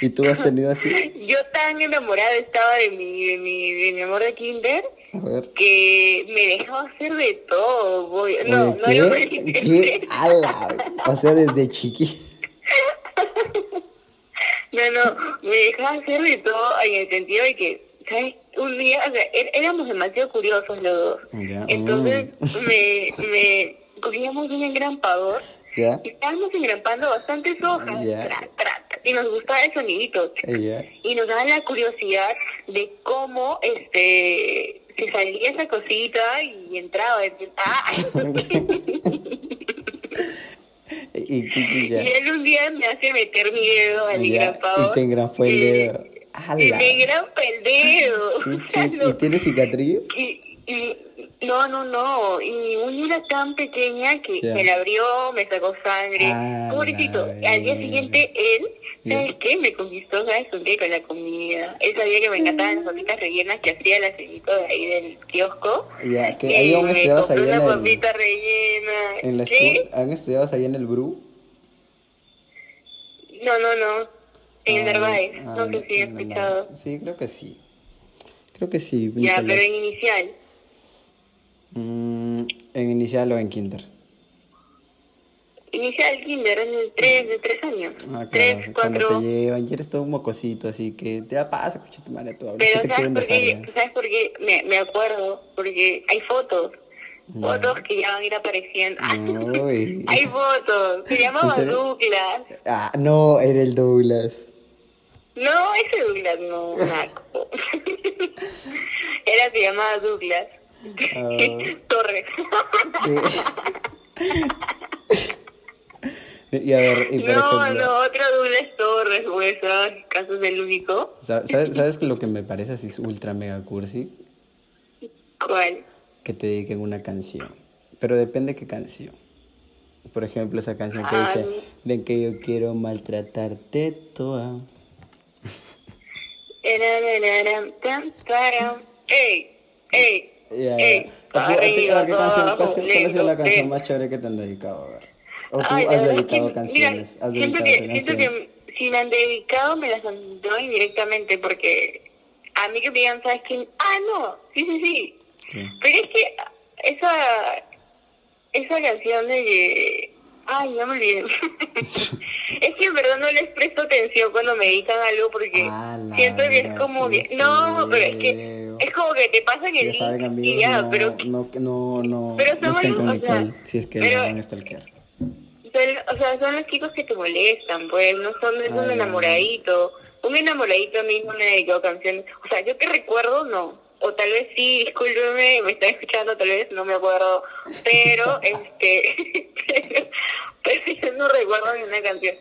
Speaker 1: ¿Y tú has tenido así?
Speaker 2: Yo tan enamorada estaba de mi, de mi, de mi amor de Kinder
Speaker 1: A ver.
Speaker 2: que me dejaba hacer de todo. voy- No,
Speaker 1: Oye,
Speaker 2: no lo voy a
Speaker 1: ¿qué?
Speaker 2: decir.
Speaker 1: ¿Qué? ¡Hala! O sea, desde chiqui.
Speaker 2: No <laughs> No, no, me dejaba hacer de todo en el sentido de que, ¿sabes? Un día, o sea, er- éramos demasiado curiosos los dos.
Speaker 1: Ya, mm.
Speaker 2: Entonces, me, me cogíamos un engrampador
Speaker 1: <laughs> ¿Ya?
Speaker 2: y estábamos engrampando bastantes hojas.
Speaker 1: Ya.
Speaker 2: tra, tra, tra, y nos gustaba el sonidito.
Speaker 1: ¿Ya?
Speaker 2: Y nos daba la curiosidad de cómo este se salía esa cosita y entraba. Entonces, ah,
Speaker 1: Y, y- y <laughs> ya.
Speaker 2: Y él un día me hace meter mi dedo al
Speaker 1: Ya,
Speaker 2: engrapador.
Speaker 1: y te engrapó el
Speaker 2: Y-
Speaker 1: dedo. ¡Hala!
Speaker 2: Y me engrapa el dedo. <laughs>
Speaker 1: ¿Y,
Speaker 2: O sea,
Speaker 1: y-
Speaker 2: no-
Speaker 1: y tiene cicatriz?
Speaker 2: y- y- no, no, no. Y mi uña era tan pequeña que
Speaker 1: Ya.
Speaker 2: me la abrió, me sacó sangre.
Speaker 1: Ah,
Speaker 2: Pobrecito.
Speaker 1: la
Speaker 2: Al día
Speaker 1: verga.
Speaker 2: siguiente él,
Speaker 1: Ya.
Speaker 2: ¿sabes qué? Me conquistó, ¿sabes con qué? Con la comida. Él sabía que me encantaban
Speaker 1: Mm.
Speaker 2: las papitas rellenas que hacía la señorita de ahí del kiosco.
Speaker 1: Ya, que ahí
Speaker 2: Y
Speaker 1: aún
Speaker 2: me
Speaker 1: estudiabas ahí
Speaker 2: compró
Speaker 1: en,
Speaker 2: una
Speaker 1: el,
Speaker 2: papita rellena.
Speaker 1: en la
Speaker 2: ¿Sí?
Speaker 1: escuela. ¿Aún estudiabas ahí en el Bru?
Speaker 2: No, no, no. En
Speaker 1: Ah,
Speaker 2: Narváez.
Speaker 1: ah,
Speaker 2: no sé
Speaker 1: en-
Speaker 2: si he
Speaker 1: en la-
Speaker 2: escuchado.
Speaker 1: Sí, creo que sí. Creo que sí,
Speaker 2: ya,
Speaker 1: Nicolás.
Speaker 2: pero en inicial.
Speaker 1: Mm, en inicial o en kinder.
Speaker 2: Inicial kinder, en el 3, de 3 años.
Speaker 1: Ah, claro,
Speaker 2: 3,
Speaker 1: cuando
Speaker 2: 4.
Speaker 1: te llevan y eres todo un mocosito, así que te da paz, escucha tu madre, tú hablas, que
Speaker 2: Pero
Speaker 1: te
Speaker 2: ¿sabes
Speaker 1: quieren
Speaker 2: por
Speaker 1: dejar
Speaker 2: qué?
Speaker 1: ya.
Speaker 2: ¿Sabes por qué? Me, me acuerdo, porque hay fotos.
Speaker 1: Mm.
Speaker 2: Fotos que ya van a ir apareciendo. <laughs>
Speaker 1: Uy.
Speaker 2: hay fotos. Se llamaba
Speaker 1: serio?
Speaker 2: Douglas.
Speaker 1: eh, Ah, no, era
Speaker 2: <laughs>
Speaker 1: el Douglas.
Speaker 2: No, ese Douglas
Speaker 1: <laughs>
Speaker 2: no, Marco. Era, se llamaba Douglas.
Speaker 1: Ah.
Speaker 2: <laughs> Torres.
Speaker 1: Eh, <laughs> Y a ver,
Speaker 2: <laughs>
Speaker 1: y por
Speaker 2: no,
Speaker 1: ejemplo,
Speaker 2: no, otro Douglas Torres, güey. ¿Sabes? Caso es el único.
Speaker 1: sa- ¿sabes, ¿sabes que lo que me parece así es ultra mega cursi?
Speaker 2: ¿Cuál?
Speaker 1: Que te dediquen una canción. Pero depende qué canción. Por ejemplo, esa canción que dice,
Speaker 2: Ay.
Speaker 1: de que yo quiero maltratarte toda.
Speaker 2: Erarararam, tam, taram. ¡Ey! ¡Ey!
Speaker 1: Ya,
Speaker 2: ¡Ey!
Speaker 1: ya. ¿A ti- a ti- a ver, ¿qué canción,
Speaker 2: abajo,
Speaker 1: cuál ha sido- cuál ha sido la
Speaker 2: lento,
Speaker 1: canción
Speaker 2: lento.
Speaker 1: más chévere que te han dedicado? A ver. O tú
Speaker 2: Ay, la
Speaker 1: has
Speaker 2: verdad es
Speaker 1: dedicado
Speaker 2: que, mira,
Speaker 1: canciones. has
Speaker 2: siento
Speaker 1: dedicado
Speaker 2: que-
Speaker 1: tu
Speaker 2: Siento
Speaker 1: canción.
Speaker 2: que si me han dedicado, me las han dado indirectamente, porque a mí que me digan, ¿sabes quién? Ah, no, sí, sí, sí.
Speaker 1: Sí.
Speaker 2: Pero es que esa, esa canción de... Ay, ya me olvidé. <laughs> es que en verdad no les presto atención cuando me dedican algo porque
Speaker 1: A la
Speaker 2: siento que es
Speaker 1: verga,
Speaker 2: como
Speaker 1: qué
Speaker 2: que... No, pero es que
Speaker 1: feo.
Speaker 2: es como que te pasan el
Speaker 1: Ya saben,
Speaker 2: link y
Speaker 1: amigos,
Speaker 2: ya,
Speaker 1: no,
Speaker 2: pero
Speaker 1: no, no, no,
Speaker 2: pero son
Speaker 1: no estén
Speaker 2: varios,
Speaker 1: con
Speaker 2: o
Speaker 1: Nicole
Speaker 2: sea,
Speaker 1: si es que
Speaker 2: pero-
Speaker 1: la van a stalkear.
Speaker 2: <laughs> Son- o sea, son los chicos que te molestan, pues, no son no es
Speaker 1: Ay,
Speaker 2: un
Speaker 1: ay.
Speaker 2: enamoradito. Un enamoradito mismo me dedicó canciones. O sea, yo que recuerdo, no. O tal vez sí, discúlpeme, me están escuchando, tal vez no me acuerdo.
Speaker 1: <laughs>
Speaker 2: Pero, este. <laughs> pero, pero yo no recuerdo ni una canción.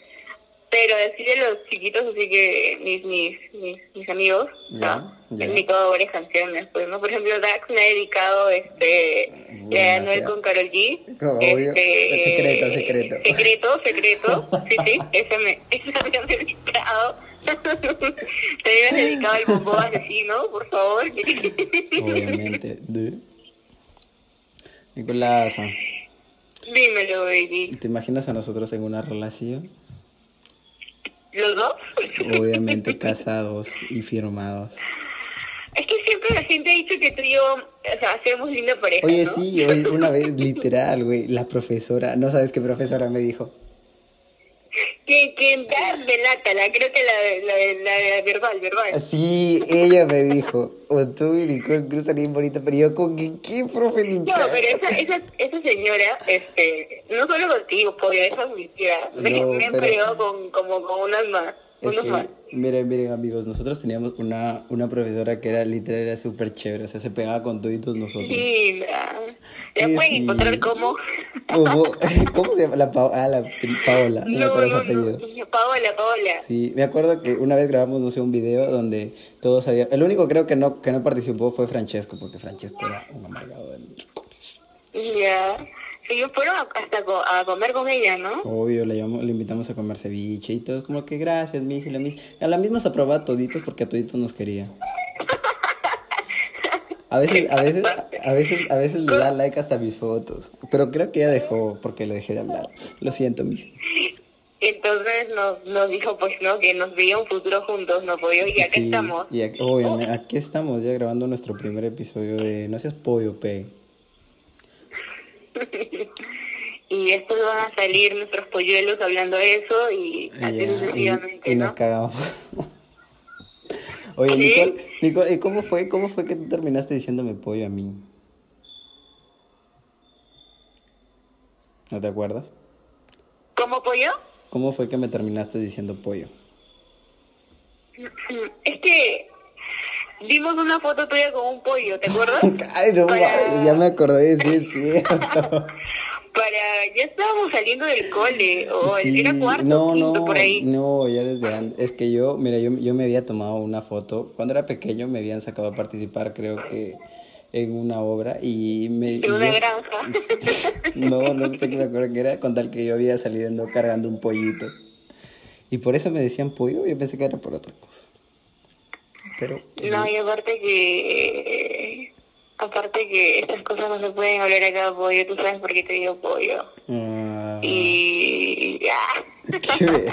Speaker 2: Pero así de los chiquitos, así que mis mis mis, mis amigos,
Speaker 1: Ya,
Speaker 2: ¿no?
Speaker 1: ya.
Speaker 2: Me han dedicado varias canciones, pues, ¿no? Por ejemplo, Dax me ha dedicado, este.
Speaker 1: Uy,
Speaker 2: Le Anuel
Speaker 1: demasiado.
Speaker 2: con Karol G.
Speaker 1: Obvio. Secreto, secreto.
Speaker 2: Este, eh, Secreto,
Speaker 1: <laughs>
Speaker 2: secreto. Sí, sí, ese me, ese me han dedicado. <laughs> Te habías dedicado al bombón asesino, por favor. <laughs>
Speaker 1: Obviamente. De- Nicolás, ah,
Speaker 2: Dímelo, baby.
Speaker 1: ¿te imaginas a nosotros en una relación?
Speaker 2: ¿Los dos? <laughs>
Speaker 1: Obviamente casados y firmados.
Speaker 2: Es que siempre la gente ha dicho que tú y yo, o sea, hacemos linda pareja,
Speaker 1: Oye,
Speaker 2: ¿no?
Speaker 1: sí, oye, una vez, literal, güey, la profesora, no sabes qué profesora me dijo.
Speaker 2: Que, que en verdad, delátala, creo que la, la, la, la verbal, verbal.
Speaker 1: Sí, ella me dijo, o tú y Nicole Cruz serían bonitos, pero yo con que, ¿qué profe
Speaker 2: No,
Speaker 1: Nicole?
Speaker 2: pero esa, esa, esa señora, este, no solo contigo, porque esa es mi tía, me,
Speaker 1: No,
Speaker 2: me ha
Speaker 1: pero-
Speaker 2: peleado con, como con unas más,
Speaker 1: Es
Speaker 2: unos más.
Speaker 1: que, miren, miren amigos, nosotros teníamos una, una profesora que era literal, era súper chévere, o sea, se pegaba con toditos nosotros.
Speaker 2: Sí, la, la
Speaker 1: Sí,
Speaker 2: pueden
Speaker 1: sí.
Speaker 2: encontrar como...
Speaker 1: Como- <laughs> ¿Cómo se llama? La Pao- ah, la Paola, no, me
Speaker 2: No,
Speaker 1: acuerdo su
Speaker 2: no,
Speaker 1: apellido.
Speaker 2: no, Paola, Paola.
Speaker 1: Sí, me acuerdo que una vez grabamos, no sé, un video donde todos había... El único creo que no, que no participó fue Francesco, porque Francesco era un amargado del...
Speaker 2: Ya. Sí, yo fueron a- hasta co- a comer con ella, ¿no?
Speaker 1: Obvio, le, llamamos- le invitamos a comer ceviche y todos como que gracias, mis y la mis. A la misma se aprobaba a toditos porque a toditos nos quería. A veces, a veces, a veces, a veces le da like hasta mis fotos. Pero creo que ella dejó porque le dejé de hablar. Lo siento, mis.
Speaker 2: Entonces nos, nos dijo, pues, ¿no? Que nos veía un futuro juntos, ¿no? Pues, y acá
Speaker 1: Sí,
Speaker 2: estamos.
Speaker 1: Y aquí, obviamente, aquí estamos ya grabando nuestro primer episodio de No seas pollo, pe.
Speaker 2: y después van a salir nuestros polluelos hablando eso y
Speaker 1: Ya,
Speaker 2: así
Speaker 1: y,
Speaker 2: sucesivamente,
Speaker 1: y
Speaker 2: ¿no?
Speaker 1: nos cagamos. <laughs> Oye,
Speaker 2: Sí.
Speaker 1: Nicole, Nicole, ¿y cómo fue, cómo fue que tú terminaste diciéndome pollo a mí? ¿No te acuerdas?
Speaker 2: ¿Cómo pollo?
Speaker 1: ¿Cómo fue que me terminaste diciendo pollo? <laughs>
Speaker 2: Es que vimos una foto tuya con un pollo, ¿te
Speaker 1: <laughs>
Speaker 2: acuerdas?
Speaker 1: Ay, no,
Speaker 2: Para-
Speaker 1: ma- ya me acordé, sí, es
Speaker 2: <laughs>
Speaker 1: cierto.
Speaker 2: Para, ya estábamos saliendo del cole, o
Speaker 1: Sí,
Speaker 2: era cuarto,
Speaker 1: no,
Speaker 2: quinto,
Speaker 1: no,
Speaker 2: por ahí.
Speaker 1: no, ya desde antes. Es que yo, mira, yo, yo me había tomado una foto. Cuando era pequeño me habían sacado a participar, creo que en una obra y me. y
Speaker 2: En una
Speaker 1: yo- <laughs>
Speaker 2: granja.
Speaker 1: No, no sé qué me acuerdo que era, con tal que yo había salido no cargando un pollito. Y por eso me decían pollo, yo pensé que era por otra cosa. Pero.
Speaker 2: No, y aparte que... Aparte que estas cosas no se pueden hablar acá, pollo. Tú sabes por qué te digo pollo.
Speaker 1: ah,
Speaker 2: Y... ah,
Speaker 1: <laughs> qué ver-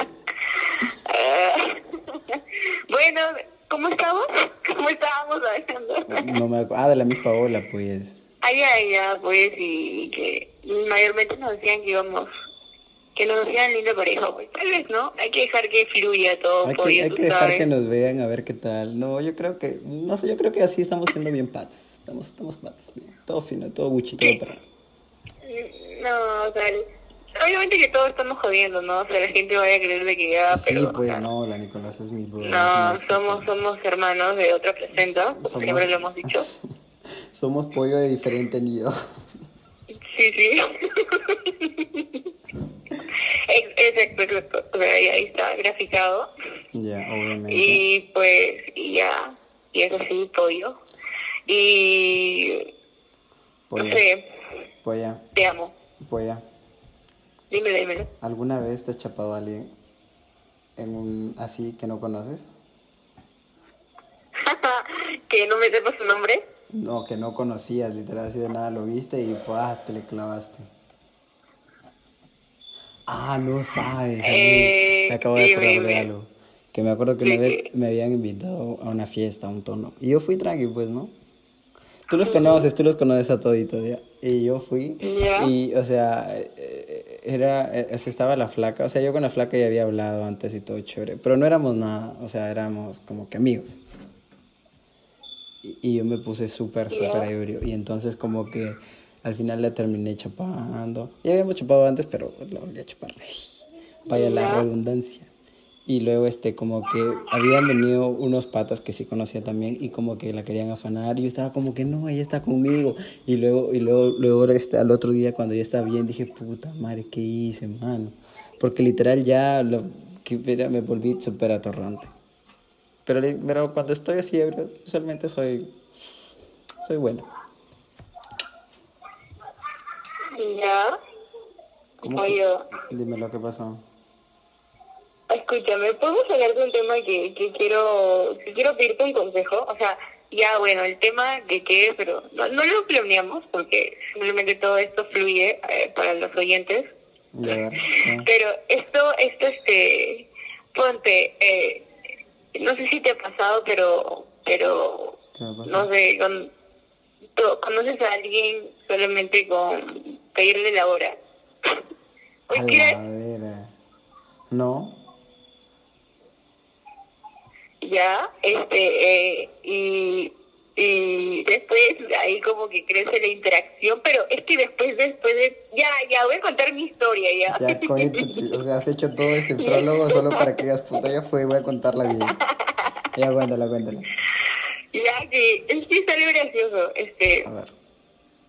Speaker 2: ah. bueno, ¿cómo estamos? <laughs> ¿Cómo estábamos hablando?
Speaker 1: No me acu- Ah, de la misma ola, pues.
Speaker 2: Ay, ay, ya, pues, y que mayormente nos decían que íbamos... Que nos hacían linda pareja, pues tal vez, ¿no? Hay que dejar que fluya todo,
Speaker 1: Hay que,
Speaker 2: pollo,
Speaker 1: hay
Speaker 2: Oh, pues, tú
Speaker 1: que dejar
Speaker 2: sabes.
Speaker 1: que nos vean a ver qué tal. No, yo creo que, no sé, yo creo que así estamos siendo bien patas. Estamos, estamos patas, bien. Todo fino, todo Gucci, todo para.
Speaker 2: No, o sea, obviamente que todos estamos jodiendo, ¿no? O sea, la gente vaya a creer de que ya,
Speaker 1: Sí,
Speaker 2: Ah, pero...
Speaker 1: pues no, la Nicolás es mi bro.
Speaker 2: No,
Speaker 1: existe.
Speaker 2: somos, somos hermanos de otra placenta, como
Speaker 1: Somos-
Speaker 2: siempre lo hemos dicho.
Speaker 1: Somos pollo de diferente nido. <laughs>
Speaker 2: Sí, sí. Ex- Exacto, exacto. O sea, ahí- ahí está graficado.
Speaker 1: Ya, obviamente.
Speaker 2: Y pues, y ya, y eso sí, pollo. Y no
Speaker 1: Polla,
Speaker 2: sé,
Speaker 1: polla,
Speaker 2: te amo.
Speaker 1: polla.
Speaker 2: Dímelo, dímelo.
Speaker 1: ¿Alguna vez te has chapado a alguien en un así que no conoces?
Speaker 2: <laughs> que no me sepa su nombre.
Speaker 1: No, que no conocías, literal, así de nada lo viste y ¡pah! te le clavaste. Ah, no sabes. a mí
Speaker 2: Eh,
Speaker 1: me acabo de
Speaker 2: dime,
Speaker 1: acordar de
Speaker 2: dime.
Speaker 1: algo. Que me acuerdo que una
Speaker 2: ¿De
Speaker 1: vez
Speaker 2: qué?
Speaker 1: me habían invitado a una fiesta, a un tono. Y yo fui tranqui, pues, ¿no? Tú
Speaker 2: Ah.
Speaker 1: los conoces, tú los conoces a toditos, ¿ya? Y yo fui,
Speaker 2: Ya.
Speaker 1: y, o sea, eh, era, eh, o sea, estaba la flaca, o sea, yo con la flaca ya había hablado antes y todo chévere, pero no éramos nada, o sea, éramos como que amigos. Y, y yo me puse súper,
Speaker 2: Ya.
Speaker 1: súper ebrio, y entonces como que al final la terminé chapando. Ya habíamos chapado antes, pero la volví a chapar. <laughs> Vaya la
Speaker 2: Ya.
Speaker 1: redundancia. Y luego, este, como que habían venido unos patas que sí conocía también y como que la querían afanar. Y yo estaba como que no, ella está conmigo. Y luego, y luego, luego este, al otro día, cuando ya estaba bien, dije, puta madre, ¿qué hice, mano? Porque literal ya lo, que, era- me volví súper atorrante. Pero, le- pero cuando estoy así ebrio, usualmente soy, soy bueno.
Speaker 2: Ya.
Speaker 1: ¿Cómo que-
Speaker 2: Pollo.
Speaker 1: Dime lo que pasó.
Speaker 2: Escúchame, ¿podemos hablar de un tema que, que quiero que quiero pedirte un consejo? O sea, ya bueno, el tema que quede, pero no, no lo planeamos porque simplemente todo esto fluye eh, para los oyentes.
Speaker 1: Ya, a ver, ya.
Speaker 2: Pero esto, esto, este, ponte, eh, no sé si te ha pasado, pero, pero,
Speaker 1: ¿Qué me pasó?
Speaker 2: no sé, con, to- conoces a alguien solamente con pedirle la hora.
Speaker 1: A
Speaker 2: Oye,
Speaker 1: la vera.
Speaker 2: <laughs>
Speaker 1: No.
Speaker 2: ya, este, eh, y, y después ahí como que crece la interacción, pero es que después, después de, ya, ya, voy a contar mi historia, ya.
Speaker 1: Ya, coño, te- te- o sea, has hecho todo este prólogo solo para que digas, puta, ya fue, voy a contarla bien.
Speaker 2: <laughs>
Speaker 1: Ya, cuéntala, cuéntala.
Speaker 2: <laughs> Ya, que es que sale gracioso, este,
Speaker 1: A ver.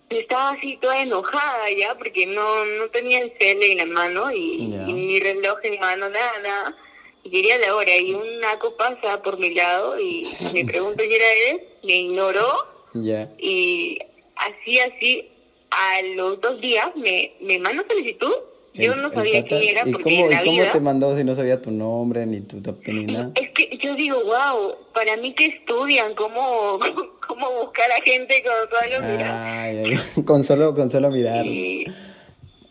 Speaker 2: y estaba así toda enojada ya, porque no, no tenía el cel en la mano y,
Speaker 1: Ya.
Speaker 2: y ni reloj en mano, nada, nada. Y quería la hora y un naco pasa por mi lado
Speaker 1: <laughs>
Speaker 2: y me pregunto si era él, me ignoró
Speaker 1: Ya.
Speaker 2: y así, así, a los dos días me, me mandó solicitud. Yo
Speaker 1: El-
Speaker 2: no
Speaker 1: el
Speaker 2: sabía
Speaker 1: pata-
Speaker 2: quién era
Speaker 1: ¿Y
Speaker 2: porque
Speaker 1: cómo,
Speaker 2: en la
Speaker 1: ¿y cómo
Speaker 2: vida...
Speaker 1: te mandó si no sabía tu nombre, ni tu tu- ni
Speaker 2: <laughs>
Speaker 1: nada?
Speaker 2: Es que yo digo, wow, para mí que estudian cómo, <laughs> cómo buscar a gente con todos los miradas.
Speaker 1: Ay, ay, <laughs> con solo, con solo mirar.
Speaker 2: Y,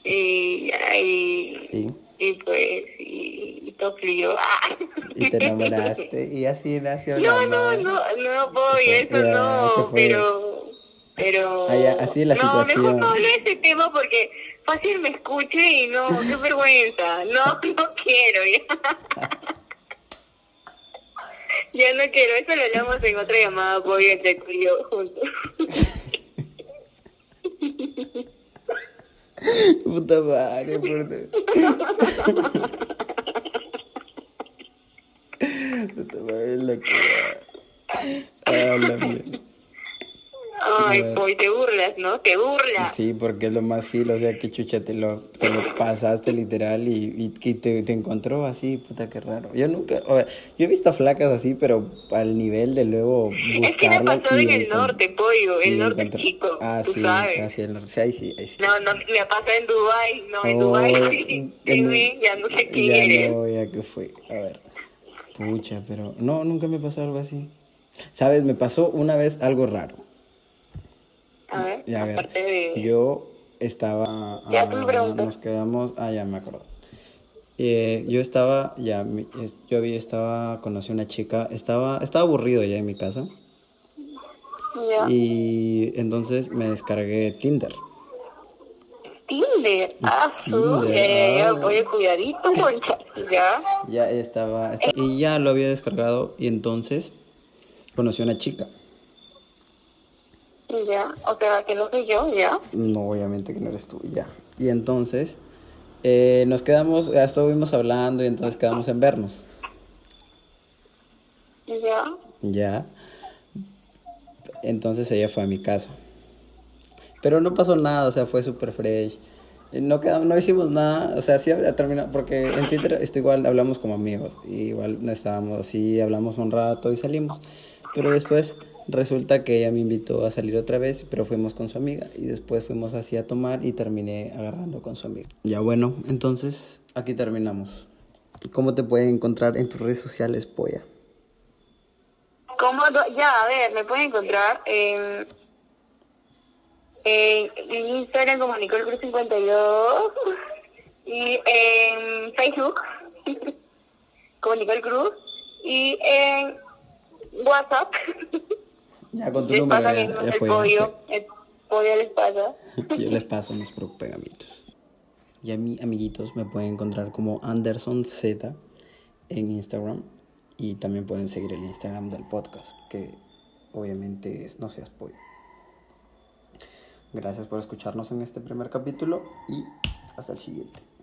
Speaker 2: y, ay,
Speaker 1: Sí.
Speaker 2: y pues, y, y todo fluyó. Ah.
Speaker 1: Y te
Speaker 2: <laughs>
Speaker 1: enamoraste, y así nació la
Speaker 2: No, no,
Speaker 1: madre.
Speaker 2: no, no voy,
Speaker 1: ¿Qué
Speaker 2: eso
Speaker 1: fue? Ya, ¿qué
Speaker 2: no,
Speaker 1: fue?
Speaker 2: pero, pero...
Speaker 1: Ah, ya, así es la
Speaker 2: no,
Speaker 1: situación.
Speaker 2: mejor no hablo de ese tema porque fácil me escuche y no,
Speaker 1: <laughs>
Speaker 2: qué vergüenza. No, no quiero. Ya, Ya no quiero, eso lo hablamos en otra llamada, voy entre tú y yo juntos.
Speaker 1: Puta madre, por Dios. Puta madre, la Ah, la mierda.
Speaker 2: Ay,
Speaker 1: Bueno.
Speaker 2: boy, te burlas, ¿no? Te burlas.
Speaker 1: Sí, porque es lo más gil, o sea, que chucha, te lo, te lo pasaste literal y, y, que te, te encontró así, puta, qué raro. Yo nunca, o sea, yo he visto flacas así, pero al nivel de luego buscarlas.
Speaker 2: Es que me pasó
Speaker 1: y
Speaker 2: en el
Speaker 1: encon-
Speaker 2: norte, pollo,
Speaker 1: y
Speaker 2: el norte
Speaker 1: encontrar-
Speaker 2: chico,
Speaker 1: Ah,
Speaker 2: tú
Speaker 1: sí,
Speaker 2: sabes.
Speaker 1: ah, sí, el norte, sí, ahí sí, ahí sí.
Speaker 2: No, no, me pasa en Dubai, no, <laughs> en
Speaker 1: Oh,
Speaker 2: Dubai
Speaker 1: en-
Speaker 2: sí, sí, sí, ya no sé quién
Speaker 1: ya
Speaker 2: eres.
Speaker 1: no, ya que fue. A ver. Pucha, pero. No, nunca me pasó algo así. Sabes, me pasó una vez algo raro.
Speaker 2: A ver,
Speaker 1: Ya, a ver.
Speaker 2: aparte de...
Speaker 1: Yo estaba. ah,
Speaker 2: Ya, tú me preguntas.
Speaker 1: nos quedamos. Ah, ya me acuerdo. Eh, yo estaba, ya, mi- es- yo había, estaba, conocí a una chica, estaba, estaba aburrido ya en mi casa
Speaker 2: Ya.
Speaker 1: y entonces me descargué Tinder.
Speaker 2: Tinder, ah, su,
Speaker 1: Tinder,
Speaker 2: ya, ya, ya,
Speaker 1: ah.
Speaker 2: oye, cuidadito, concha, ya.
Speaker 1: Ya estaba, esta- y ya lo había descargado y entonces conocí a una chica.
Speaker 2: Ya, o sea, que no soy yo, ya.
Speaker 1: No, obviamente que no eres tú, ya. Y entonces eh, nos quedamos, ya estuvimos hablando y entonces quedamos en vernos,
Speaker 2: Ya,
Speaker 1: ya. Entonces ella fue a mi casa. Pero no pasó nada, o sea, fue súper fresh. Eh, No, quedamos, no hicimos nada, o sea, sí ha terminado, porque en Twitter esto igual hablamos como amigos, y igual estábamos así, hablamos un rato y salimos. Pero después resulta que ella me invitó a salir otra vez, pero fuimos con su amiga, y después fuimos así a tomar y terminé agarrando con su amiga. Ya bueno, entonces aquí terminamos. ¿Cómo te pueden encontrar en tus redes sociales, polla?
Speaker 2: ¿cómo? do- Ya, a ver, me pueden encontrar en, en, en Instagram como Nicole Cruz 52 <laughs> y en Facebook <laughs> como Nicole Cruz y en WhatsApp
Speaker 1: Ya con tu
Speaker 2: les
Speaker 1: número,
Speaker 2: <laughs> pasa
Speaker 1: ya,
Speaker 2: el,
Speaker 1: ya
Speaker 2: el
Speaker 1: fue, ya fue.
Speaker 2: pollo, el pollo les pasa.
Speaker 1: <laughs> Yo les paso, no se preocupen, amiguitos. Y a mí, amiguitos, me pueden encontrar como Anderson Z en Instagram. Y también pueden seguir el Instagram del podcast, que obviamente es No Seas Pollo. Gracias por escucharnos en este primer capítulo y hasta el siguiente.